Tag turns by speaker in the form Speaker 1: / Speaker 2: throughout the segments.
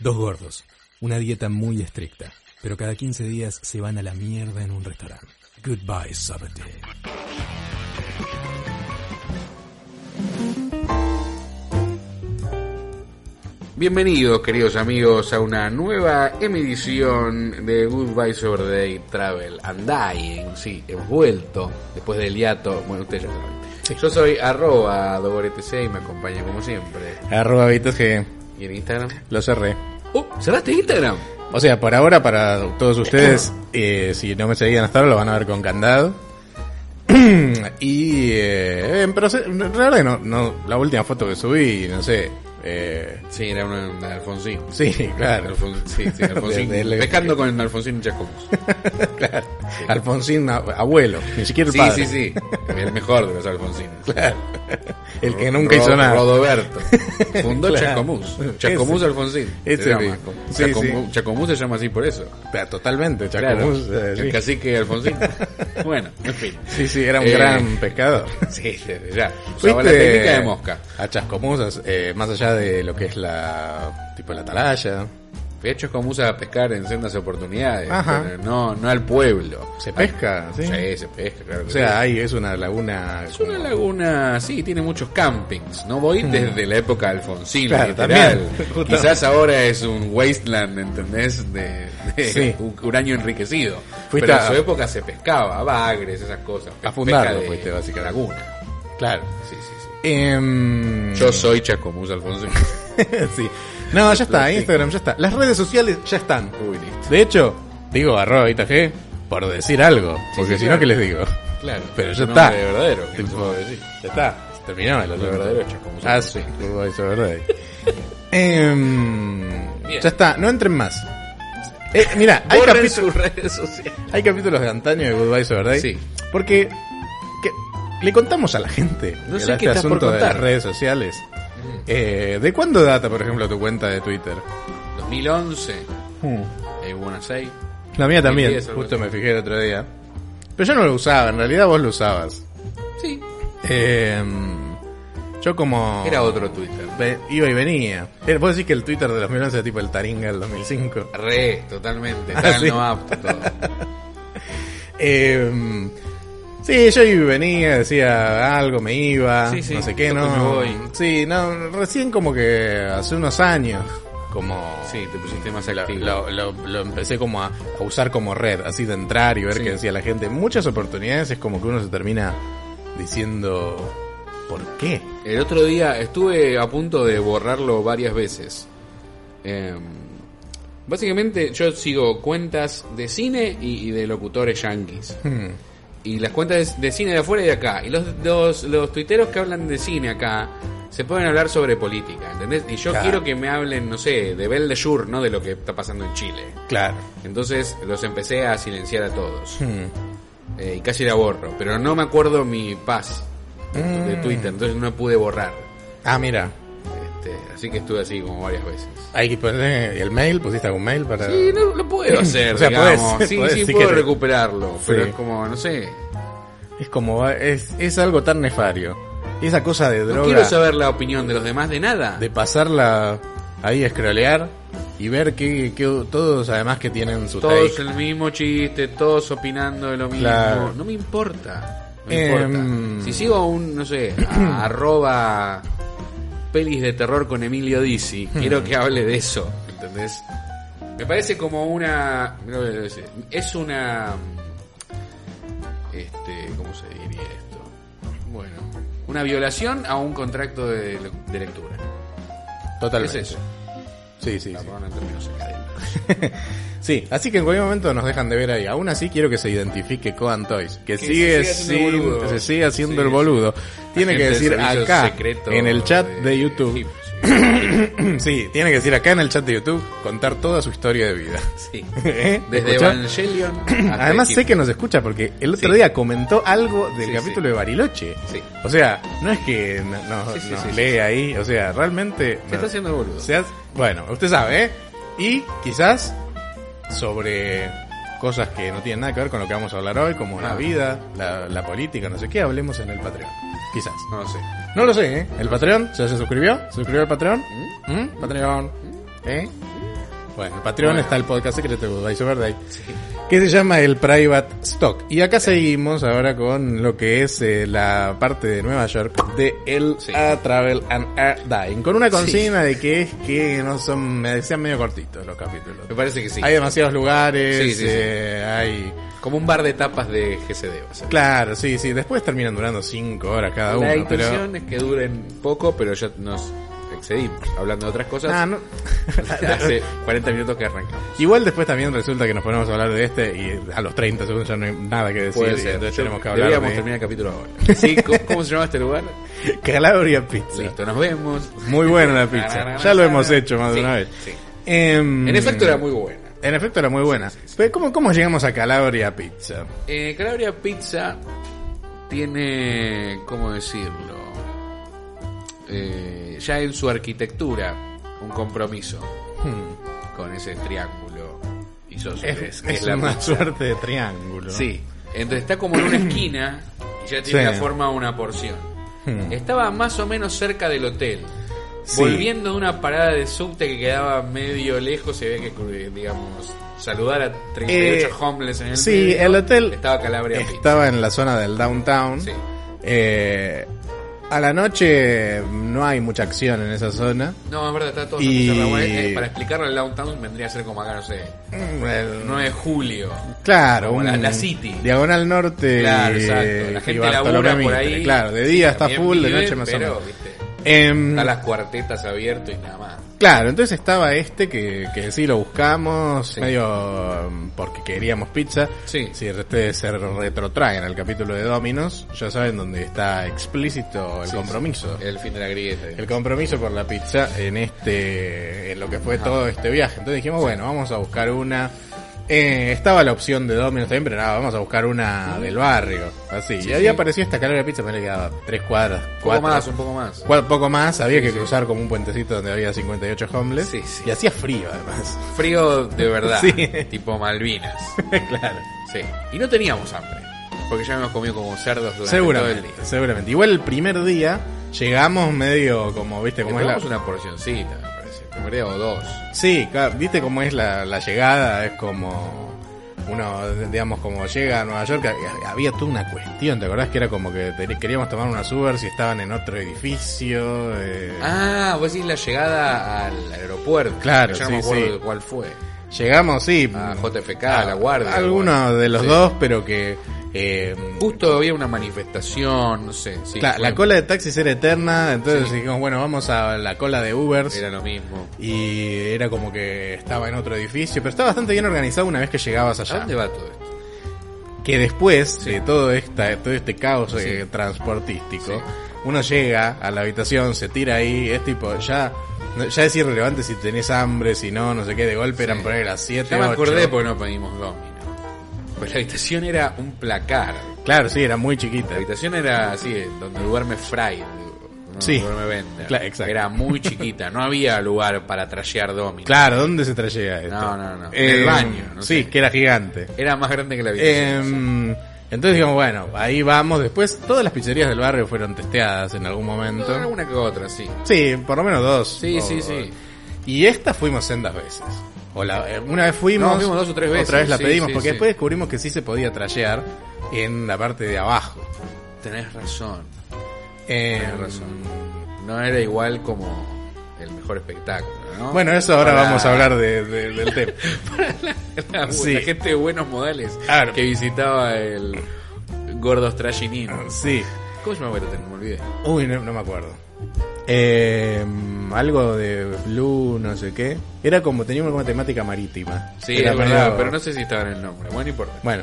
Speaker 1: Dos gordos. Una dieta muy estricta. Pero cada 15 días se van a la mierda en un restaurante. Goodbye, Saturday.
Speaker 2: Bienvenidos, queridos amigos, a una nueva emisión de Goodbye Over the Day Travel and Dying. Sí, hemos vuelto después del hiato. Bueno, ustedes ya lo saben. Yo soy arroba doboretc y me acompaña como siempre.
Speaker 3: Arroba Vitos G.
Speaker 2: Y en Instagram.
Speaker 3: Lo cerré.
Speaker 2: ¡Oh! ¿Cerraste Instagram?
Speaker 3: O sea, por ahora, para todos ustedes, eh, si no me seguían hasta ahora, lo van a ver con candado. y. Eh, en proce- la verdad que no, no. La última foto que subí, no sé. Eh,
Speaker 2: Sí, era un, un Alfonsín.
Speaker 3: sí, claro.
Speaker 2: Alfon- sí, sí, Alfonsín.
Speaker 3: Desde el-
Speaker 2: Pescando con Alfonsín Chacomos.
Speaker 3: claro. Alfonsín, a- abuelo. Ni siquiera el
Speaker 2: Sí, sí,
Speaker 3: padre.
Speaker 2: sí. El mejor de los Alfonsín.
Speaker 3: Claro. El que nunca hizo nada.
Speaker 2: Rodoberto. Fundó
Speaker 3: Claro.
Speaker 2: Chacomús. Chacomús
Speaker 3: Ese.
Speaker 2: Alfonsín.
Speaker 3: Ese
Speaker 2: se llama.
Speaker 3: mismo.
Speaker 2: Chacomú-
Speaker 3: Sí,
Speaker 2: Chacomús,
Speaker 3: sí.
Speaker 2: se llama así por eso.
Speaker 3: Ah, Totalmente,
Speaker 2: Claro.
Speaker 3: Chacomús. eh,
Speaker 2: El
Speaker 3: sí.
Speaker 2: cacique Alfonsín. bueno, en fin.
Speaker 3: sí, sí, era un
Speaker 2: Eh,
Speaker 3: gran pescador.
Speaker 2: Sí, desde ya. Usaba la
Speaker 3: ¿Fuiste
Speaker 2: técnica de mosca.
Speaker 3: A Chascomús, eh, más allá de lo que es la. tipo la atalaya.
Speaker 2: Fui a Chacomús a pescar en sendas oportunidades.
Speaker 3: Ajá.
Speaker 2: Pero no, no al pueblo.
Speaker 3: ¿Se pesca?
Speaker 2: Sí,
Speaker 3: ¿sí?
Speaker 2: se pesca, claro. que
Speaker 3: O
Speaker 2: sí.
Speaker 3: sea, ahí es una laguna.
Speaker 2: Es una laguna, sí, tiene muchos campings. No voy desde la época de Alfonsín,
Speaker 3: Mm. Claro,
Speaker 2: literal.
Speaker 3: también. Justo.
Speaker 2: Quizás ahora es un wasteland, ¿entendés? De, de
Speaker 3: Sí.
Speaker 2: un uranio enriquecido.
Speaker 3: Fuiste
Speaker 2: Pero en
Speaker 3: a-
Speaker 2: su época se pescaba, bagres, esas cosas. Pe-
Speaker 3: A fundarlo
Speaker 2: pesca de
Speaker 3: fuiste, básicamente.
Speaker 2: Laguna.
Speaker 3: Claro.
Speaker 2: Sí, sí, sí.
Speaker 3: Em,
Speaker 2: Yo soy Chacomús Alfonsín.
Speaker 3: sí. No, ya está, Instagram ya está. Las redes sociales ya están.
Speaker 2: Uy, listo.
Speaker 3: De hecho, digo arroba Vita G por decir algo. Porque
Speaker 2: sí,
Speaker 3: si
Speaker 2: claro.
Speaker 3: no, ¿qué les digo?
Speaker 2: Claro.
Speaker 3: Pero
Speaker 2: es
Speaker 3: ya
Speaker 2: un
Speaker 3: está.
Speaker 2: nombre de verdadero, que no se
Speaker 3: Tipo,
Speaker 2: puede decir.
Speaker 3: Ya está. Se Terminó el otro.
Speaker 2: verdadero es Chascomús.
Speaker 3: Ah, sí. Uruguay sobre Rey. Em, ya está, no entren más. Eh, mira, hay,
Speaker 2: Borren
Speaker 3: capi-
Speaker 2: sus redes sociales.
Speaker 3: hay capítulos de antaño de Goodbye Over Day.
Speaker 2: Sí.
Speaker 3: Porque que- le contamos a la gente
Speaker 2: No
Speaker 3: de
Speaker 2: sé qué
Speaker 3: este
Speaker 2: estás por
Speaker 3: asunto de las
Speaker 2: contar. Mm.
Speaker 3: redes sociales. Eh, ¿De cuándo data, por ejemplo, tu cuenta de Twitter?
Speaker 2: 2011, eh, Buenos Aires.
Speaker 3: La mía también,
Speaker 2: 2010 algo
Speaker 3: justo
Speaker 2: así.
Speaker 3: me fijé el otro día. Pero yo no lo usaba, en realidad vos lo usabas.
Speaker 2: Sí,
Speaker 3: Em, yo como...
Speaker 2: era otro Twitter.
Speaker 3: Ve- iba y venía. Eh, ¿Vos decís que el Twitter de 2011 es tipo el Taringa del 2005?
Speaker 2: Re, totalmente.
Speaker 3: Ah,
Speaker 2: Estaba
Speaker 3: sí.
Speaker 2: no apto todo.
Speaker 3: Eh, sí, yo iba y venía, decía algo, me iba,
Speaker 2: Sí, sí,
Speaker 3: no sé qué,
Speaker 2: toco
Speaker 3: no.
Speaker 2: y me voy.
Speaker 3: Sí, no, recién como que hace unos años, como...
Speaker 2: Sí, te pusiste más
Speaker 3: Lo,
Speaker 2: activo.
Speaker 3: lo- lo- lo empecé como a, a usar como red, así de entrar y ver
Speaker 2: Sí.
Speaker 3: qué decía la gente. En muchas oportunidades es como que uno se termina diciendo, ¿por qué?
Speaker 2: El otro día estuve a punto de borrarlo varias veces. Eh, básicamente yo sigo cuentas de cine y, y de locutores yanquis.
Speaker 3: Hmm.
Speaker 2: Y las cuentas de, de cine de afuera y de acá. Y los, los, los tuiteros que hablan de cine acá se pueden hablar sobre política, ¿entendés? Y yo
Speaker 3: Claro.
Speaker 2: quiero que me hablen, no sé, de Belle de Jour, no de lo que está pasando en Chile.
Speaker 3: Claro.
Speaker 2: Entonces los empecé a silenciar a todos.
Speaker 3: Hmm.
Speaker 2: Eh, y casi la borro. Pero no me acuerdo mi paz de
Speaker 3: Mm.
Speaker 2: Twitter, entonces no pude borrar.
Speaker 3: Ah, mira.
Speaker 2: Este, así que estuve así como varias veces.
Speaker 3: Hay que poner el mail, pusiste algún mail para...
Speaker 2: Sí, no lo puedo hacer,
Speaker 3: O sea, podés-
Speaker 2: digamos. sí,
Speaker 3: podés
Speaker 2: sí,
Speaker 3: decir
Speaker 2: puedo
Speaker 3: que-
Speaker 2: recuperarlo, pero
Speaker 3: Sí.
Speaker 2: es como, no sé.
Speaker 3: Es como, es, es algo tan nefario. Esa cosa de
Speaker 2: No
Speaker 3: droga,
Speaker 2: quiero saber la opinión de los demás de nada.
Speaker 3: de pasarla ahí a scrollear y ver que, que todos además que tienen su
Speaker 2: todos
Speaker 3: take.
Speaker 2: el mismo chiste, todos opinando de lo mismo.
Speaker 3: Claro.
Speaker 2: No me importa. No me
Speaker 3: Em.
Speaker 2: importa. Si sigo a un, no sé, a arroba pelis de terror con Emilio Dizzi,
Speaker 3: Hmm.
Speaker 2: quiero que hable de eso, ¿entendés? Me parece como una... no, no, no sé, Es una... Este, ¿Cómo se diría esto? Bueno, una violación a un contrato de, de lectura.
Speaker 3: Totalmente.
Speaker 2: Es eso.
Speaker 3: Sí, sí, sí.
Speaker 2: Perdón, en términos académicos.
Speaker 3: Sí, así que en cualquier momento nos dejan de ver ahí. Aún así quiero que se identifique Coan Toys, que,
Speaker 2: se
Speaker 3: sigue
Speaker 2: siga haciendo el
Speaker 3: sin-
Speaker 2: boludo.
Speaker 3: se sigue haciendo
Speaker 2: Sí,
Speaker 3: el boludo. Tiene
Speaker 2: Agente
Speaker 3: que
Speaker 2: de
Speaker 3: decir
Speaker 2: servicios
Speaker 3: acá
Speaker 2: secretos
Speaker 3: en el chat de,
Speaker 2: de-
Speaker 3: YouTube
Speaker 2: sí, sí.
Speaker 3: sí, tiene que decir acá en el chat de YouTube contar toda su historia de vida.
Speaker 2: Sí.
Speaker 3: ¿Eh?
Speaker 2: Desde
Speaker 3: ¿Escuchó?
Speaker 2: Evangelion. hasta
Speaker 3: Además sé que
Speaker 2: Equipo.
Speaker 3: nos escucha porque el otro
Speaker 2: Sí.
Speaker 3: día comentó algo del
Speaker 2: Sí,
Speaker 3: capítulo
Speaker 2: sí.
Speaker 3: de Bariloche.
Speaker 2: Sí.
Speaker 3: O sea, no es que no, no-
Speaker 2: Sí, sí,
Speaker 3: nos
Speaker 2: sí, sí.
Speaker 3: lee ahí, o sea, realmente...
Speaker 2: Se está
Speaker 3: no.
Speaker 2: haciendo boludo.
Speaker 3: Se hace- bueno, usted sabe, ¿eh? Y quizás sobre cosas que no tienen nada que ver con lo que vamos a hablar hoy, como la
Speaker 2: Ah.
Speaker 3: vida, la, la política, no sé qué, hablemos en el Patreon. Quizás.
Speaker 2: No sé.
Speaker 3: No lo sé, ¿eh? El Patreon, ¿se, se suscribió? ¿Se suscribió al Patreon? ¿Mm? Patreon.
Speaker 2: ¿Mm?
Speaker 3: ¿Eh? Bueno, el Patreon
Speaker 2: Bueno.
Speaker 3: está el podcast secreto de Vice Overday, que se llama el Private Stock. Y acá seguimos ahora con lo que es eh, la parte de Nueva York de el
Speaker 2: Sí.
Speaker 3: A Travel and A Dying, con una
Speaker 2: Sí.
Speaker 3: consigna de que es que no son, me decían medio cortitos los capítulos.
Speaker 2: Me parece que sí.
Speaker 3: Hay demasiados lugares,
Speaker 2: Sí, sí, sí.
Speaker 3: eh, hay...
Speaker 2: Como un bar de tapas de GCD. O sea.
Speaker 3: Claro, sí, sí, después terminan durando cinco horas cada uno,
Speaker 2: La
Speaker 3: pero...
Speaker 2: intención es que duren poco, pero ya nos excedimos. Hablando de otras cosas,
Speaker 3: Ah, no.
Speaker 2: hace 40 minutos que arrancamos.
Speaker 3: Igual después también resulta que nos ponemos a hablar de este y a los 30 segundos ya no hay nada que decir.
Speaker 2: Puede
Speaker 3: y
Speaker 2: ser.
Speaker 3: Entonces
Speaker 2: Yo-
Speaker 3: tenemos que hablar
Speaker 2: deberíamos
Speaker 3: de
Speaker 2: terminar el capítulo ahora. Sí, ¿cómo, cómo se llama este lugar?
Speaker 3: Calabria Pizza.
Speaker 2: Listo, nos vemos.
Speaker 3: Muy buena la pizza. ya lo hemos hecho más de
Speaker 2: Sí,
Speaker 3: una vez.
Speaker 2: sí.
Speaker 3: Em,
Speaker 2: En efecto era muy buena.
Speaker 3: En efecto era muy buena. Pero ¿cómo, cómo llegamos a Calabria Pizza?
Speaker 2: Eh, Calabria Pizza tiene, ¿cómo decirlo? Eh, ya en su arquitectura, un compromiso con ese triángulo isósceles.
Speaker 3: Hmm. Es,
Speaker 2: que
Speaker 3: es
Speaker 2: la
Speaker 3: una
Speaker 2: pizza.
Speaker 3: suerte de triángulo.
Speaker 2: Sí, entre está como en una esquina y ya tiene
Speaker 3: Sí.
Speaker 2: la forma de una porción.
Speaker 3: Hmm.
Speaker 2: Estaba más o menos cerca del hotel.
Speaker 3: Sí.
Speaker 2: Volviendo de una parada de subte que quedaba medio lejos, se ve que, eh, digamos, saludar a 38
Speaker 3: Eh,
Speaker 2: homeless en el
Speaker 3: Sí,
Speaker 2: medio.
Speaker 3: el hotel
Speaker 2: Estaba Calabria Pizza.
Speaker 3: estaba en la zona del downtown.
Speaker 2: Sí.
Speaker 3: Eh, a la noche no hay mucha acción en esa zona.
Speaker 2: No, es verdad, está todo
Speaker 3: Y-
Speaker 2: cerrado. Bueno, eh, Para explicarlo, el downtown vendría a ser como acá, no sé,
Speaker 3: Mm, el-
Speaker 2: 9 de julio.
Speaker 3: Claro,
Speaker 2: eh, Como la- la City.
Speaker 3: Diagonal Norte.
Speaker 2: Claro,
Speaker 3: y-
Speaker 2: exacto.
Speaker 3: Eh, y
Speaker 2: La gente
Speaker 3: Bartolomé
Speaker 2: labura por
Speaker 3: Mitre.
Speaker 2: ahí.
Speaker 3: Claro, de día está
Speaker 2: También
Speaker 3: full, de
Speaker 2: viven,
Speaker 3: noche más o
Speaker 2: pero,
Speaker 3: menos.
Speaker 2: viste,
Speaker 3: Em,
Speaker 2: Están las cuartetas abiertas y nada más.
Speaker 3: Claro, entonces estaba este que, que sí lo buscamos,
Speaker 2: Sí.
Speaker 3: medio mm, porque queríamos pizza.
Speaker 2: Sí.
Speaker 3: Si ustedes se retrotraen al capítulo de Dominos, ya saben dónde está explícito el
Speaker 2: Sí,
Speaker 3: compromiso.
Speaker 2: El fin de la grieta.
Speaker 3: El compromiso por la pizza en este en lo que fue todo este viaje. Entonces dijimos, bueno, vamos a buscar una. Eh, estaba la opción de Domino's también, pero nada, vamos a buscar una del barrio. Así.
Speaker 2: Ah. Sí,
Speaker 3: y ahí
Speaker 2: sí.
Speaker 3: apareció esta calera de pizza, me le quedaba tres cuadras.
Speaker 2: Un poco
Speaker 3: cuatro,
Speaker 2: más, un poco más.
Speaker 3: cua- poco más, había que
Speaker 2: sí.
Speaker 3: cruzar como un puentecito donde había 58 homeless.
Speaker 2: Sí, sí.
Speaker 3: Y hacía frío además.
Speaker 2: Frío de verdad.
Speaker 3: Sí.
Speaker 2: Tipo Malvinas.
Speaker 3: claro.
Speaker 2: Sí. Y no teníamos hambre. Porque ya hemos comido como cerdos durante todo el
Speaker 3: Seguramente,
Speaker 2: día.
Speaker 3: seguramente. Igual el primer día llegamos medio como, viste, como es la,
Speaker 2: Comemos una porcioncita, me parece. Primer día o dos.
Speaker 3: Sí, claro, viste cómo es la, la llegada, es como uno, digamos, como llega a Nueva York, ha- había toda una cuestión, ¿te acordás que era como que teni- queríamos tomar unas Uber si estaban en otro edificio? eh,
Speaker 2: Ah, vos decís la llegada al aeropuerto.
Speaker 3: Claro,
Speaker 2: Yo no
Speaker 3: sí,
Speaker 2: me acuerdo
Speaker 3: sí.
Speaker 2: cuál fue.
Speaker 3: Llegamos, sí,
Speaker 2: Ah,
Speaker 3: mm,
Speaker 2: JFK,
Speaker 3: a-
Speaker 2: la guardia.
Speaker 3: Algunos
Speaker 2: igual.
Speaker 3: de los
Speaker 2: Sí.
Speaker 3: dos, pero que... eh,
Speaker 2: Justo había una manifestación, no sé. Sí,
Speaker 3: la,
Speaker 2: fue-
Speaker 3: la cola de taxis era eterna, entonces
Speaker 2: Sí.
Speaker 3: dijimos, bueno, vamos a la cola de Ubers.
Speaker 2: Era lo mismo.
Speaker 3: Y era como que estaba en otro edificio, pero estaba bastante bien organizado una vez que llegabas
Speaker 2: ¿A
Speaker 3: allá.
Speaker 2: dónde va todo esto?
Speaker 3: que después de todo esta, todo este caos eh, transportístico,
Speaker 2: Sí.
Speaker 3: uno llega a la habitación, se tira ahí, es tipo, ya, ya es irrelevante si tenés hambre, si no, no sé qué, de golpe eran por ahí las 7,
Speaker 2: Ya me
Speaker 3: 8.
Speaker 2: acordé porque no pedimos domino. Pues la habitación era un placar.
Speaker 3: Claro, sí, era muy chiquita.
Speaker 2: La habitación era así, eh, donde duerme Fry. donde
Speaker 3: Sí.
Speaker 2: Duerme Bender.
Speaker 3: Cla- exacto.
Speaker 2: Era muy chiquita. No había lugar para trashear domino.
Speaker 3: Claro, ¿dónde se traía esto? Eh,
Speaker 2: No, no, no. En el baño, no
Speaker 3: sí,
Speaker 2: sé.
Speaker 3: que era gigante.
Speaker 2: Era más grande que la habitación. sí.
Speaker 3: Em, entonces digamos, bueno, ahí vamos. Después todas las pizzerías del barrio fueron testeadas en algún
Speaker 2: No,
Speaker 3: momento.
Speaker 2: era una que otra, sí.
Speaker 3: Sí, por lo menos dos.
Speaker 2: Sí,
Speaker 3: O-
Speaker 2: sí, sí.
Speaker 3: Y esta fuimos sendas veces. O la- eh, una vez fuimos,
Speaker 2: No, fuimos dos o tres veces,
Speaker 3: Otra vez la
Speaker 2: sí,
Speaker 3: pedimos,
Speaker 2: sí,
Speaker 3: porque
Speaker 2: sí.
Speaker 3: después descubrimos que sí se podía trallear en la parte de abajo.
Speaker 2: Tenés razón.
Speaker 3: Eh,
Speaker 2: Tenés razón. No era igual como el mejor espectáculo, ¿no?
Speaker 3: Bueno, eso ahora
Speaker 2: Para-
Speaker 3: vamos a hablar de- de- del tema.
Speaker 2: La,
Speaker 3: Sí.
Speaker 2: la gente de buenos modales
Speaker 3: Claro.
Speaker 2: que visitaba el Gordos Trashing Inn.
Speaker 3: Ah, sí.
Speaker 2: ¿Cómo se llama el hotel? Me olvidé.
Speaker 3: Uy, no, no me acuerdo. Eh, algo de blue, no sé qué. Era como, tenía una temática marítima.
Speaker 2: Sí,
Speaker 3: Era
Speaker 2: es verdad,
Speaker 3: medio-
Speaker 2: pero no sé si estaba en el nombre. Bueno, no importa.
Speaker 3: Bueno,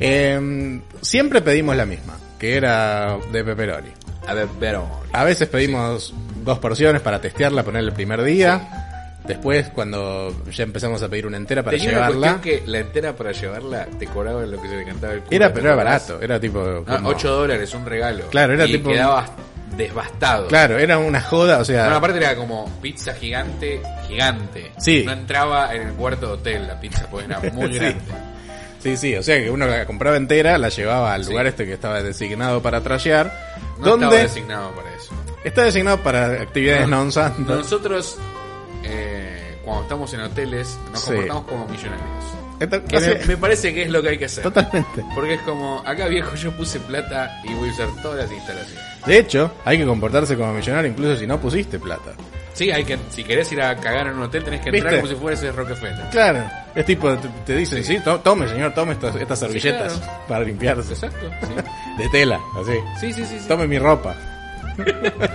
Speaker 3: eh, siempre pedimos la misma, que era de pepperoni.
Speaker 2: A ver, pero...
Speaker 3: A veces pedimos dos porciones para testearla, ponerla el primer día. Después, cuando ya empezamos a pedir una entera para
Speaker 2: Tenía una
Speaker 3: llevarla,
Speaker 2: cuestión que la entera para llevarla te cobraban lo que se le cantaba el culo.
Speaker 3: era, pero
Speaker 2: ¿Te
Speaker 3: era
Speaker 2: acordás?
Speaker 3: barato. Era tipo.
Speaker 2: Ah,
Speaker 3: como-
Speaker 2: 8 dólares, un regalo.
Speaker 3: Claro, era
Speaker 2: y
Speaker 3: tipo-
Speaker 2: quedabas devastado.
Speaker 3: Claro, era una joda, o sea.
Speaker 2: Bueno, aparte era como pizza gigante, gigante.
Speaker 3: Sí.
Speaker 2: No entraba en el cuarto de hotel la pizza, porque era muy
Speaker 3: Sí.
Speaker 2: grande.
Speaker 3: Sí, sí, o sea que uno la compraba entera, la llevaba al
Speaker 2: Sí.
Speaker 3: lugar este que estaba designado para trashear,
Speaker 2: No estaba
Speaker 3: donde
Speaker 2: designado para eso.
Speaker 3: está designado para actividades
Speaker 2: No.
Speaker 3: non-santas.
Speaker 2: Nosotros, eh, cuando estamos en hoteles, nos
Speaker 3: Sí.
Speaker 2: comportamos como millonarios.
Speaker 3: Esta-
Speaker 2: Que
Speaker 3: o sea,
Speaker 2: me, me parece que es lo que hay que hacer.
Speaker 3: Totalmente.
Speaker 2: Porque es como, acá viejo yo puse plata y voy a usar todas las instalaciones.
Speaker 3: De hecho, hay que comportarse como millonario incluso si no pusiste plata.
Speaker 2: Sí, hay que, si querés ir a cagar en un hotel tenés que entrar
Speaker 3: ¿Viste?
Speaker 2: como si fueras Rockefeller.
Speaker 3: Claro, es tipo, te, te dicen, sí, to- tome señor, tome estas, estas servilletas
Speaker 2: claro.
Speaker 3: para limpiarse.
Speaker 2: Exacto, sí.
Speaker 3: De tela, así.
Speaker 2: Sí, sí, sí. sí.
Speaker 3: Tome mi ropa.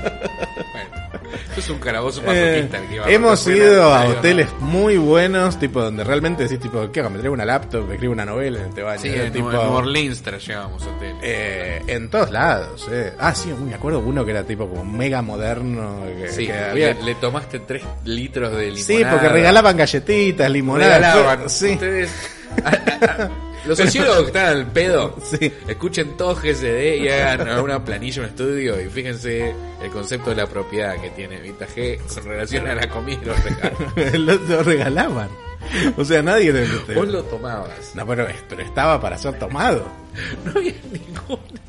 Speaker 2: Bueno, sos un calabozo
Speaker 3: Eh,
Speaker 2: masoquista. el que va
Speaker 3: hemos
Speaker 2: Rockefeller,
Speaker 3: ido a
Speaker 2: digo, no.
Speaker 3: hoteles muy buenos, tipo, donde realmente decís, tipo, ¿qué hago? Me traigo una laptop, me escribo una novela en este baño.
Speaker 2: Sí,
Speaker 3: Eh,
Speaker 2: en,
Speaker 3: tipo,
Speaker 2: Nueva Orleans trayábamos hoteles.
Speaker 3: Eh, en todos lados. eh. Ah, sí, uy, me acuerdo uno que era tipo como mega moderno. que-
Speaker 2: sí,
Speaker 3: que-
Speaker 2: mira, le tomaste 3 litros de limonada.
Speaker 3: Sí, porque regalaban galletitas, limonada.
Speaker 2: Regalaban.
Speaker 3: fue- Sí,
Speaker 2: Ustedes- Los sociólogos que están al pedo,
Speaker 3: Sí.
Speaker 2: escuchen todo GCD y hagan una planilla, un estudio y fíjense el concepto de la propiedad que tiene Vita G en relación a la comida y los regalos.
Speaker 3: lo, lo regalaban. O sea, nadie te- te-
Speaker 2: Vos lo tomabas.
Speaker 3: No, pero, pero estaba para ser tomado.
Speaker 2: No había ningún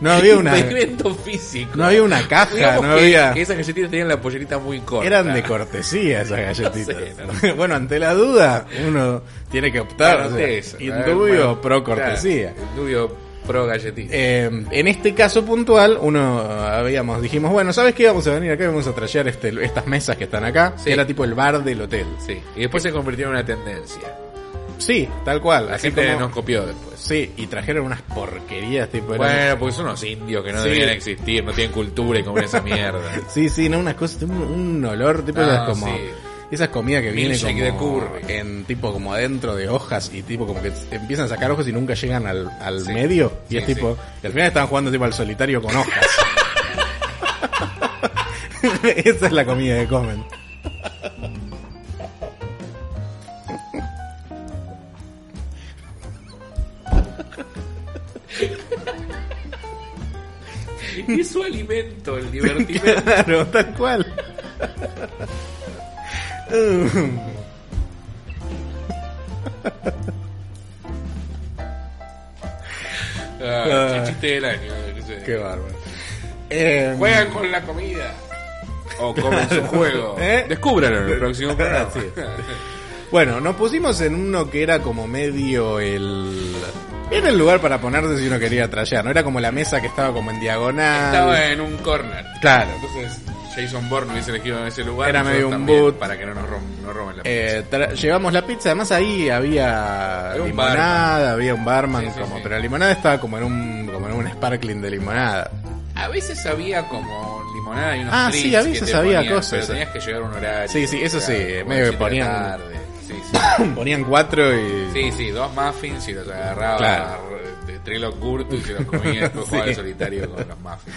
Speaker 3: No había una,
Speaker 2: impedimento físico.
Speaker 3: no había una caja,
Speaker 2: Digamos
Speaker 3: no
Speaker 2: que,
Speaker 3: había.
Speaker 2: que esas galletitas tenían la pollerita muy corta.
Speaker 3: Eran de cortesía esas galletitas.
Speaker 2: No
Speaker 3: bueno, ante la duda, uno tiene que optar.
Speaker 2: Claro,
Speaker 3: o sea,
Speaker 2: de eso. eh,
Speaker 3: indubio
Speaker 2: Bueno,
Speaker 3: pro cortesía.
Speaker 2: claro, Indubio pro galletita.
Speaker 3: Eh, en este caso puntual, uno ah, habíamos, dijimos, bueno, ¿sabes qué? Vamos a venir acá y vamos a traer este, estas mesas que están acá.
Speaker 2: Sí.
Speaker 3: Era tipo el bar del hotel.
Speaker 2: sí. Y después se convirtió en una tendencia.
Speaker 3: Sí, tal cual.
Speaker 2: La
Speaker 3: así
Speaker 2: gente
Speaker 3: como-
Speaker 2: nos copió después.
Speaker 3: Sí, y trajeron unas porquerías, tipo. eran-
Speaker 2: Bueno, porque son unos indios que no
Speaker 3: Sí.
Speaker 2: debían existir, no tienen cultura y comen esa mierda.
Speaker 3: Sí, sí, no, unas cosas, un, un olor, tipo,
Speaker 2: No,
Speaker 3: esas como.
Speaker 2: Ah, sí.
Speaker 3: Esas comidas que vienen como
Speaker 2: Milkshake de curry.
Speaker 3: en tipo como adentro de hojas y tipo como que empiezan a sacar hojas y nunca llegan al, al medio y
Speaker 2: Sí,
Speaker 3: es tipo y al final estaban jugando tipo al solitario con hojas. Esa es la comida que comen.
Speaker 2: Y es su alimento, el divertimento.
Speaker 3: Claro, tal cual.
Speaker 2: Ah, qué chiste del año. qué sé.
Speaker 3: Qué bárbaro. Eh,
Speaker 2: Juegan con la comida. O comen su juego.
Speaker 3: ¿Eh? Ah,
Speaker 2: Descúbralo en el próximo programa.
Speaker 3: Así es. Bueno, nos pusimos en uno que era como medio el... Era el lugar para ponerse si uno quería trallar, ¿no? Era como la mesa que estaba como en diagonal.
Speaker 2: Estaba en un corner.
Speaker 3: Claro.
Speaker 2: Entonces, Jason Bourne hubiese elegido ese lugar.
Speaker 3: Era
Speaker 2: nosotros
Speaker 3: medio un
Speaker 2: también,
Speaker 3: boot.
Speaker 2: Para que no nos rom- no roben la
Speaker 3: Eh, tra- llevamos la pizza, además ahí había
Speaker 2: Había un
Speaker 3: limonada, había un barman,
Speaker 2: Sí, sí,
Speaker 3: como,
Speaker 2: sí.
Speaker 3: pero la limonada estaba como en un como en un sparkling de limonada.
Speaker 2: A veces había como limonada y unos
Speaker 3: Ah,
Speaker 2: drinks
Speaker 3: sí, a
Speaker 2: que
Speaker 3: veces
Speaker 2: te
Speaker 3: había
Speaker 2: ponían,
Speaker 3: cosas.
Speaker 2: Pero tenías que llegar a un horario.
Speaker 3: Sí, sí, eso
Speaker 2: o sea,
Speaker 3: sí,
Speaker 2: como
Speaker 3: medio
Speaker 2: siete
Speaker 3: que
Speaker 2: de la
Speaker 3: ponían-
Speaker 2: tarde. Sí, sí.
Speaker 3: Ponían cuatro y
Speaker 2: Sí, sí, dos muffins y los agarraba
Speaker 3: Claro.
Speaker 2: de Trello Curto y se los comía y después
Speaker 3: Sí.
Speaker 2: jugaba al solitario con los muffins.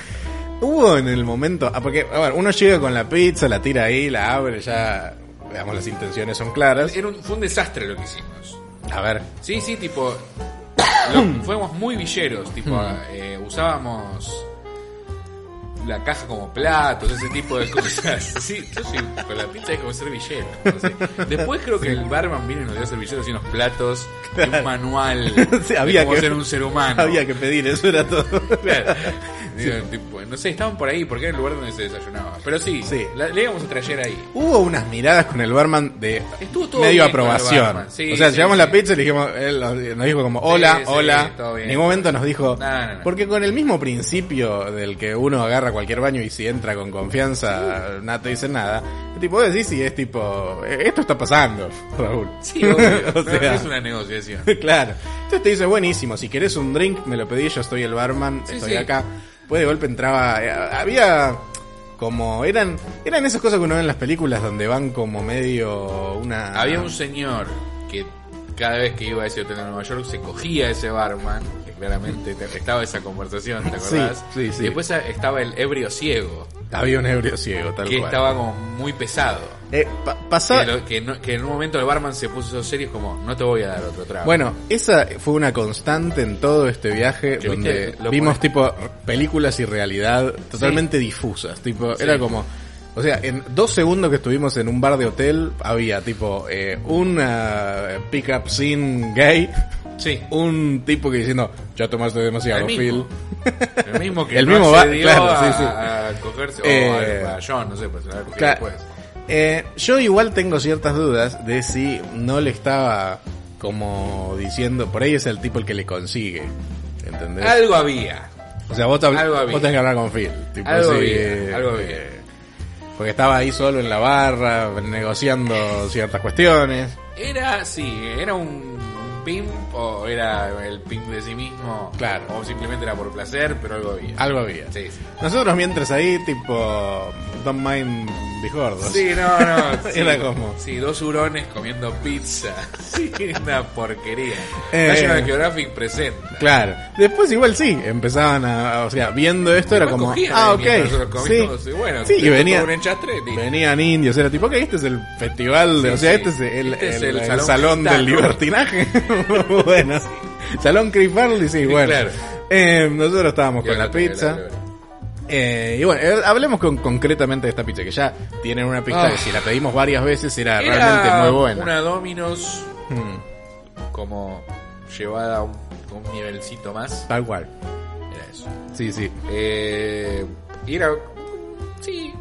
Speaker 3: Hubo en el momento, ah, porque a ver, uno llega con la pizza, la tira ahí, la abre, ya digamos las intenciones son claras.
Speaker 2: Era un- fue un desastre lo que hicimos.
Speaker 3: A ver,
Speaker 2: Sí, sí, tipo. lo- fuimos muy villeros, tipo,
Speaker 3: Hmm.
Speaker 2: eh, usábamos la caja como platos, ese tipo de cosas. Sí, yo sí, con la pinta es como ser villero. no sé. Después creo que el barman vino y nos dio servilleros y unos platos y un manual
Speaker 3: Sí, había
Speaker 2: de cómo
Speaker 3: que-
Speaker 2: ser un ser humano.
Speaker 3: había que pedir, eso era todo.
Speaker 2: Claro. Digo, tipo, no sé, estaban por ahí porque era el lugar donde se desayunaba. Pero sí,
Speaker 3: Sí.
Speaker 2: la- le íbamos a traer ahí.
Speaker 3: Hubo unas miradas con el barman de
Speaker 2: Estuvo todo
Speaker 3: medio
Speaker 2: bien con el
Speaker 3: aprobación.
Speaker 2: barman. Sí,
Speaker 3: o sea,
Speaker 2: sí,
Speaker 3: llevamos
Speaker 2: sí.
Speaker 3: la pizza y le dijimos, él nos- nos dijo como, hola,
Speaker 2: Sí, sí,
Speaker 3: hola.
Speaker 2: todo bien.
Speaker 3: en ningún momento nos dijo,
Speaker 2: No, no, no.
Speaker 3: porque con el mismo principio del que uno agarra cualquier baño y si entra con confianza, no te dicen nada. Tipo, vos decís si es tipo, "Eh, esto está pasando, Raúl.
Speaker 2: Sí, obvio.
Speaker 3: O
Speaker 2: No,
Speaker 3: sea.
Speaker 2: es una negociación.
Speaker 3: claro. Entonces te dice, buenísimo, si querés un drink, me lo pedí, yo estoy el barman,
Speaker 2: Sí,
Speaker 3: estoy
Speaker 2: sí.
Speaker 3: acá. Pues de golpe entraba, eh, había como, eran, eran esas cosas que uno ve en las películas donde van como medio una...
Speaker 2: Había un señor que cada vez que iba a ese hotel en Nueva York se cogía a ese barman, que claramente te- estaba esa conversación, ¿te acordás?
Speaker 3: Sí, sí, sí.
Speaker 2: Y después estaba el ebrio ciego,
Speaker 3: Había un ebrio ciego, tal
Speaker 2: que
Speaker 3: cual.
Speaker 2: estaba como muy pesado.
Speaker 3: Eh, pa- pasaba-
Speaker 2: Que, lo- que no- que en un momento el barman se puso serio como, no te voy a dar otro trago.
Speaker 3: Bueno, esa fue una constante en todo este viaje
Speaker 2: Que,
Speaker 3: donde
Speaker 2: viste, lo
Speaker 3: vimos
Speaker 2: pone-
Speaker 3: tipo películas y realidad totalmente difusas, tipo
Speaker 2: Sí.
Speaker 3: era como o sea, en dos segundos que estuvimos en un bar de hotel había tipo eh, una pick-up scene gay,
Speaker 2: sí.
Speaker 3: un tipo que diciendo ya tomaste demasiado,
Speaker 2: El
Speaker 3: Phil.
Speaker 2: mismo. El mismo que
Speaker 3: El
Speaker 2: no
Speaker 3: mismo va-
Speaker 2: accedió
Speaker 3: claro,
Speaker 2: a,
Speaker 3: sí, sí.
Speaker 2: a cogerse, o
Speaker 3: Eh,
Speaker 2: a, a John, no sé, pues, a ver qué
Speaker 3: Claro.
Speaker 2: después.
Speaker 3: Eh, yo igual tengo ciertas dudas de si no le estaba como diciendo, por ahí es el tipo el que le consigue, ¿entendés?
Speaker 2: Algo había.
Speaker 3: O sea, vos, te habl-
Speaker 2: Algo había.
Speaker 3: vos tenés que hablar con Phil. Tipo,
Speaker 2: Algo
Speaker 3: así,
Speaker 2: había,
Speaker 3: eh,
Speaker 2: algo
Speaker 3: eh,
Speaker 2: había.
Speaker 3: Porque estaba ahí solo en la barra, negociando ciertas cuestiones.
Speaker 2: Era, sí, era un un pimp o era el pimp de sí mismo.
Speaker 3: Claro.
Speaker 2: O simplemente era por placer, pero algo había.
Speaker 3: Algo había.
Speaker 2: Sí, sí.
Speaker 3: Nosotros mientras ahí, tipo, don't mind the gordos.
Speaker 2: Sí, no, no. sí.
Speaker 3: Era como-
Speaker 2: Sí, dos hurones comiendo pizza. Sí, una porquería.
Speaker 3: Eh.
Speaker 2: National Geographic presenta.
Speaker 3: Claro. Después igual sí, empezaban a, o sea, viendo esto era
Speaker 2: Igual
Speaker 3: como,
Speaker 2: cogían
Speaker 3: ah,
Speaker 2: ahí
Speaker 3: ok.
Speaker 2: mientras nosotros
Speaker 3: Sí,
Speaker 2: comíamos, y bueno,
Speaker 3: Sí,
Speaker 2: te
Speaker 3: y
Speaker 2: tocó
Speaker 3: venía,
Speaker 2: un enchastre, listo.
Speaker 3: venían indios, era tipo, ok, este es el festival, de,
Speaker 2: Sí,
Speaker 3: o sea,
Speaker 2: sí.
Speaker 3: este es el,
Speaker 2: Este es
Speaker 3: el-
Speaker 2: el
Speaker 3: el
Speaker 2: salón
Speaker 3: salón del
Speaker 2: gitano.
Speaker 3: libertinaje. bueno, salón Chris Farley, sí,
Speaker 2: Sí,
Speaker 3: bueno.
Speaker 2: claro.
Speaker 3: Eh, nosotros estábamos
Speaker 2: Y
Speaker 3: con la
Speaker 2: ahora te-
Speaker 3: pizza.
Speaker 2: la- la-
Speaker 3: Eh, y bueno, eh, hablemos con, concretamente de esta pizza, que ya tienen una pizza
Speaker 2: Ah.
Speaker 3: que si la pedimos varias veces era,
Speaker 2: Era
Speaker 3: realmente muy buena.
Speaker 2: Una Dominos
Speaker 3: Mm,
Speaker 2: Hmm. como llevada a un, un nivelcito más.
Speaker 3: tal cual.
Speaker 2: Era eso.
Speaker 3: Sí, sí.
Speaker 2: Eh, y era. Sí,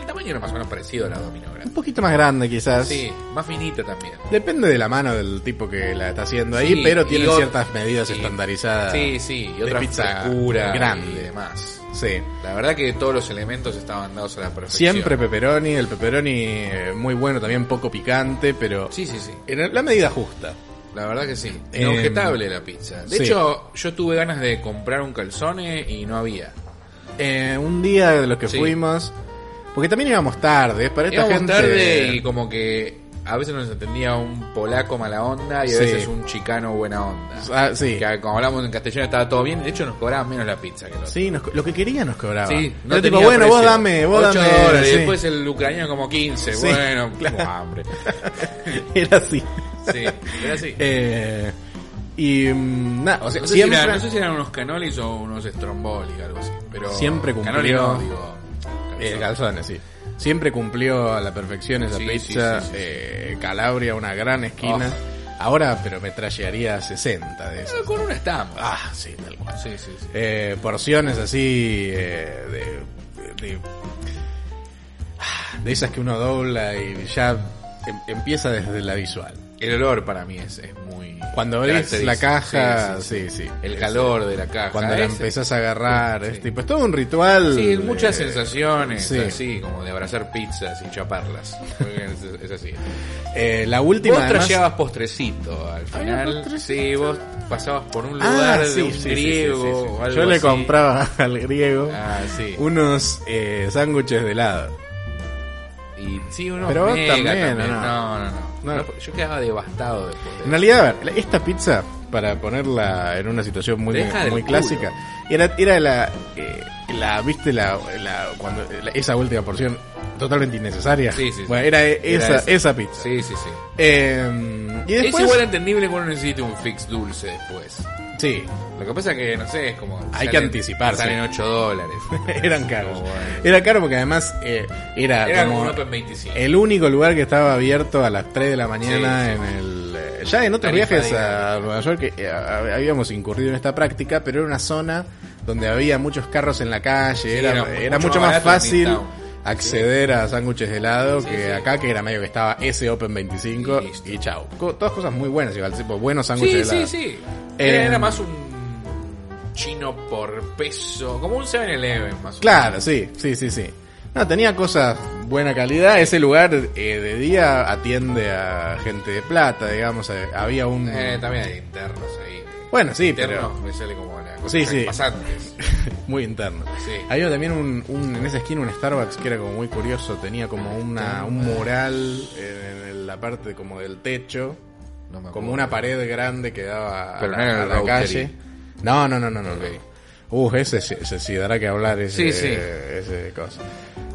Speaker 2: el tamaño era más o menos parecido a la Domino
Speaker 3: Un
Speaker 2: grande.
Speaker 3: poquito más grande quizás.
Speaker 2: Sí, más finita también.
Speaker 3: Depende de la mano del tipo que la está haciendo ahí,
Speaker 2: Sí,
Speaker 3: pero
Speaker 2: y
Speaker 3: tiene
Speaker 2: ot-
Speaker 3: ciertas medidas
Speaker 2: sí.
Speaker 3: estandarizadas.
Speaker 2: Sí, sí, y
Speaker 3: Ah, de
Speaker 2: otra
Speaker 3: pizza
Speaker 2: frescura
Speaker 3: grande.
Speaker 2: y demás.
Speaker 3: Sí.
Speaker 2: La verdad que todos los elementos estaban dados a la perfección.
Speaker 3: Siempre pepperoni, el pepperoni eh, muy bueno, también poco picante, pero
Speaker 2: Sí, sí, sí.
Speaker 3: en la medida justa.
Speaker 2: La verdad que sí.
Speaker 3: Eh,
Speaker 2: Inobjetable la pizza. De
Speaker 3: sí.
Speaker 2: hecho, yo tuve ganas de comprar un calzone y no había.
Speaker 3: Eh, un día de los que
Speaker 2: Sí.
Speaker 3: fuimos, porque también íbamos tarde, para esta
Speaker 2: Íbamos
Speaker 3: gente...
Speaker 2: tarde y como que a veces nos entendía un polaco mala onda y a
Speaker 3: Sí.
Speaker 2: veces un chicano buena onda.
Speaker 3: Ah, sí.
Speaker 2: Que como hablamos en castellano estaba todo bien, de hecho nos cobraban menos la pizza que los
Speaker 3: Sí, nos- lo que quería nos cobraba.
Speaker 2: Sí,
Speaker 3: Era tipo, bueno,
Speaker 2: precio.
Speaker 3: vos dame, vos
Speaker 2: Ocho
Speaker 3: dame.
Speaker 2: dólares,
Speaker 3: sí.
Speaker 2: y después el ucraniano como 15.
Speaker 3: Sí,
Speaker 2: bueno, como hambre.
Speaker 3: Era así.
Speaker 2: Sí, era así.
Speaker 3: Eh, y mm, nada, o sea,
Speaker 2: no, sé si
Speaker 3: siempre,
Speaker 2: era- no sé si eran unos canolis o unos stromboli, algo así. Pero
Speaker 3: Siempre
Speaker 2: Cannoli
Speaker 3: cumplió-
Speaker 2: no, digo.
Speaker 3: Eh,
Speaker 2: calzón.
Speaker 3: calzones, sí. Siempre cumplió a la perfección esa
Speaker 2: Sí,
Speaker 3: pizza.
Speaker 2: sí, Oh. sí, sí, sí.
Speaker 3: eh, Calabria, una gran esquina. Ahora, pero me trajearía 60 de esas.
Speaker 2: Pero Con una estampa.
Speaker 3: Ah, sí, tal cual.
Speaker 2: Sí, sí, sí.
Speaker 3: Eh, porciones así eh, de, de- de esas que uno dobla y ya em- empieza desde la visual.
Speaker 2: El olor para mí es, es muy.
Speaker 3: Cuando abrís la caja,
Speaker 2: característico.
Speaker 3: sí, sí.
Speaker 2: El
Speaker 3: Es-
Speaker 2: calor de la caja.
Speaker 3: Cuando la
Speaker 2: ese.
Speaker 3: empezás a agarrar,
Speaker 2: Sí,
Speaker 3: es
Speaker 2: sí.
Speaker 3: tipo, es todo un ritual.
Speaker 2: Sí, muchas
Speaker 3: eh,
Speaker 2: sensaciones,
Speaker 3: sí.
Speaker 2: así, como de abrazar pizzas y chaparlas. es, es así.
Speaker 3: eh, la última.
Speaker 2: vos
Speaker 3: además-
Speaker 2: trajeabas postrecito al final. Sí, vos pasabas por un lugar
Speaker 3: Ah,
Speaker 2: de
Speaker 3: sí,
Speaker 2: un
Speaker 3: sí, sí,
Speaker 2: griego
Speaker 3: sí, sí, sí.
Speaker 2: o algo
Speaker 3: Yo le
Speaker 2: así.
Speaker 3: compraba al griego
Speaker 2: Ah, sí.
Speaker 3: unos eh, sándwiches de helado.
Speaker 2: Y sí, unos
Speaker 3: Pero vos
Speaker 2: mega
Speaker 3: también, ¿o
Speaker 2: No,
Speaker 3: no?
Speaker 2: no, no,
Speaker 3: No.
Speaker 2: No, Yo quedaba devastado después de
Speaker 3: En realidad, a ver, esta pizza, para ponerla en una situación muy,
Speaker 2: Deja del
Speaker 3: muy
Speaker 2: culo.
Speaker 3: clásica, era, era la, eh, la, viste, la, la- cuando, la- esa última porción totalmente innecesaria.
Speaker 2: Sí, sí, sí.
Speaker 3: Bueno, era e-
Speaker 2: Era
Speaker 3: esa,
Speaker 2: esa.
Speaker 3: esa pizza.
Speaker 2: Sí, sí, sí.
Speaker 3: Eh, y después,
Speaker 2: Es igual entendible cuando uno necesita un fix dulce después.
Speaker 3: sí,
Speaker 2: Lo que pasa que, no sé, es como...
Speaker 3: Hay
Speaker 2: salen-
Speaker 3: que anticiparse.
Speaker 2: Salen 8 dólares.
Speaker 3: eran caros.
Speaker 2: Como, Ah, bueno.
Speaker 3: Era caro porque además eh, era,
Speaker 2: Era como
Speaker 3: como
Speaker 2: un Open 25.
Speaker 3: el único lugar que estaba abierto a las 3 de la mañana
Speaker 2: Sí, sí.
Speaker 3: en el... eh, Ya en otros
Speaker 2: Tarifa,
Speaker 3: viajes
Speaker 2: digamos.
Speaker 3: a Nueva York eh, a- habíamos incurrido en esta práctica, pero era una zona donde había muchos carros en la calle, era,
Speaker 2: era
Speaker 3: era,
Speaker 2: mucho
Speaker 3: mucho,
Speaker 2: más
Speaker 3: más
Speaker 2: barato en
Speaker 3: fácil
Speaker 2: Midtown.
Speaker 3: acceder a sándwiches de helado
Speaker 2: Sí,
Speaker 3: que
Speaker 2: sí.
Speaker 3: acá, que era medio que estaba ese Open 25
Speaker 2: Y listo.
Speaker 3: y, chao. Co- Todas cosas muy buenas, igual, tipo buenos sándwiches de
Speaker 2: Sí,
Speaker 3: helado.
Speaker 2: sí, sí.
Speaker 3: Eh,
Speaker 2: Era más un chino por peso, como un 7-Eleven más o
Speaker 3: Claro, sí, sí, sí, sí. No, tenía cosas buena calidad. Ese lugar eh, de día atiende a gente de plata, digamos. eh, había un...
Speaker 2: menos. Eh, también hay internos ahí.
Speaker 3: Bueno, sí,
Speaker 2: internos
Speaker 3: pero-
Speaker 2: me sale como la cosa
Speaker 3: Sí,
Speaker 2: de
Speaker 3: sí.
Speaker 2: pasantes.
Speaker 3: muy interno.
Speaker 2: Sí.
Speaker 3: Había también un, un- en esa esquina un Starbucks que era como muy curioso. Tenía como una, un mural en, en la parte como del techo.
Speaker 2: No me acuerdo.
Speaker 3: como una pared grande que daba a
Speaker 2: Pero
Speaker 3: la,
Speaker 2: no era
Speaker 3: a
Speaker 2: el
Speaker 3: la
Speaker 2: Rotary.
Speaker 3: calle. No, no, no, no, no.
Speaker 2: Ok.
Speaker 3: no. Uh, ese, sí- ese sí, dará que hablar
Speaker 2: Sí,
Speaker 3: ese,
Speaker 2: sí.
Speaker 3: ese cosa.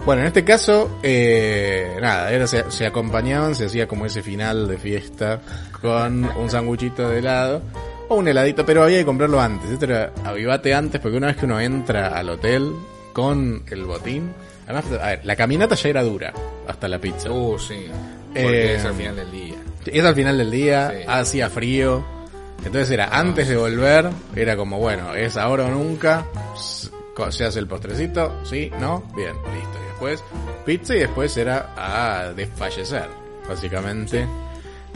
Speaker 3: Bueno, en este caso, eh, nada, era- se, se acompañaban, se hacía como ese final de fiesta con un sanguchito de helado o un heladito, pero había que comprarlo antes. Esto era avivate antes porque una vez que uno entra al hotel con el botín, además, a ver, la caminata ya era dura hasta la pizza.
Speaker 2: Uh, sí. Porque
Speaker 3: Eh,
Speaker 2: es al final del día.
Speaker 3: Es al final del día,
Speaker 2: Sí. Ah.
Speaker 3: hacía frío. Entonces era antes de volver, era como, bueno, es ahora o nunca. s- co- Se hace el postrecito, sí, no, bien, listo. Y después pizza y después era a desfallecer, básicamente.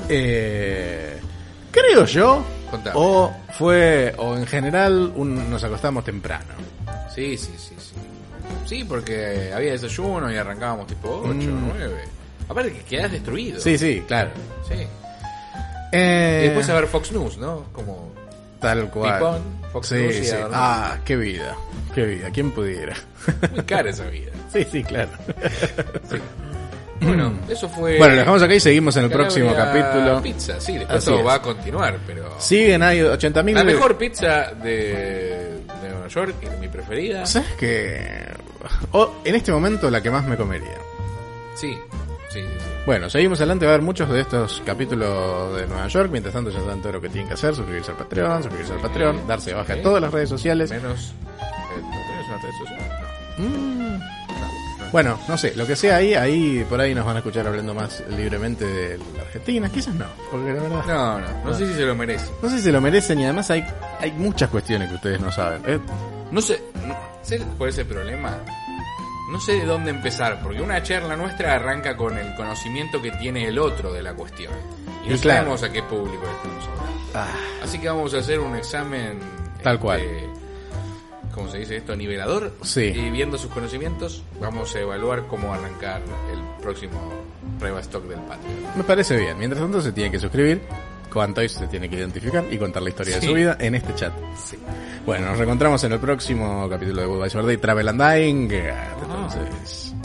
Speaker 3: Eh, creo yo,
Speaker 2: Contame.
Speaker 3: o fue, o en general, un- nos acostamos temprano.
Speaker 2: Sí, sí, sí, sí. Sí, porque había desayuno y arrancábamos tipo 8, 9. Aparte que quedás destruido.
Speaker 3: Mm. Sí, sí, claro.
Speaker 2: Sí. Y
Speaker 3: Eh,
Speaker 2: después a ver Fox News, ¿no? Como
Speaker 3: tal cual.
Speaker 2: Pipón, Fox
Speaker 3: sí,
Speaker 2: News y
Speaker 3: sí.
Speaker 2: a dormir.
Speaker 3: Ah, qué vida, qué vida, quién pudiera.
Speaker 2: muy cara esa vida.
Speaker 3: Sí, sí, claro.
Speaker 2: Eh, Bueno, eso fue.
Speaker 3: Bueno, lo dejamos acá y seguimos en el próximo
Speaker 2: Calabria
Speaker 3: capítulo.
Speaker 2: Pizza, sí, después
Speaker 3: Así
Speaker 2: todo
Speaker 3: es.
Speaker 2: va a continuar, pero.
Speaker 3: Siguen ahí 80.000.
Speaker 2: La mejor pizza de, de Nueva York, y mi preferida. Sí,
Speaker 3: ¿Sabes qué? O, en este momento la que más me comería.
Speaker 2: sí, sí. sí.
Speaker 3: Bueno, seguimos adelante, va a haber muchos de estos capítulos de Nueva York. Mientras tanto, ya saben todo lo que tienen que hacer: suscribirse al Patreon, suscribirse al Patreon, darse de baja en todas las redes sociales.
Speaker 2: Menos. eh, ¿No tenés una red social? No.
Speaker 3: Bueno, no sé, lo que sea ahí, ahí por ahí nos van a escuchar hablando más libremente de la Argentina. Quizás no, porque la verdad.
Speaker 2: No, no, no sé si se lo merece.
Speaker 3: No sé si se lo merecen y además hay, hay muchas cuestiones que ustedes no saben. ¿eh?
Speaker 2: No sé, no- ¿sabes cuál es el problema? No sé de dónde empezar, porque una charla nuestra arranca con el conocimiento que tiene el otro de la cuestión. Y no
Speaker 3: Y claro.
Speaker 2: sabemos a qué público le estamos hablando.
Speaker 3: Ah.
Speaker 2: Así que vamos a hacer un examen. este,
Speaker 3: Tal cual.
Speaker 2: ¿Cómo se dice esto? Nivelador.
Speaker 3: Sí.
Speaker 2: Y viendo sus conocimientos, vamos a evaluar cómo arrancar el próximo prueba stock del Patreon.
Speaker 3: Me parece bien. Mientras tanto, se tiene que suscribir. Quantoy se tiene que identificar y contar la historia de
Speaker 2: Sí.
Speaker 3: su vida en este chat. Bueno, nos reencontramos en el próximo capítulo de Goodbye Sword Day Travel and Dying. Entonces.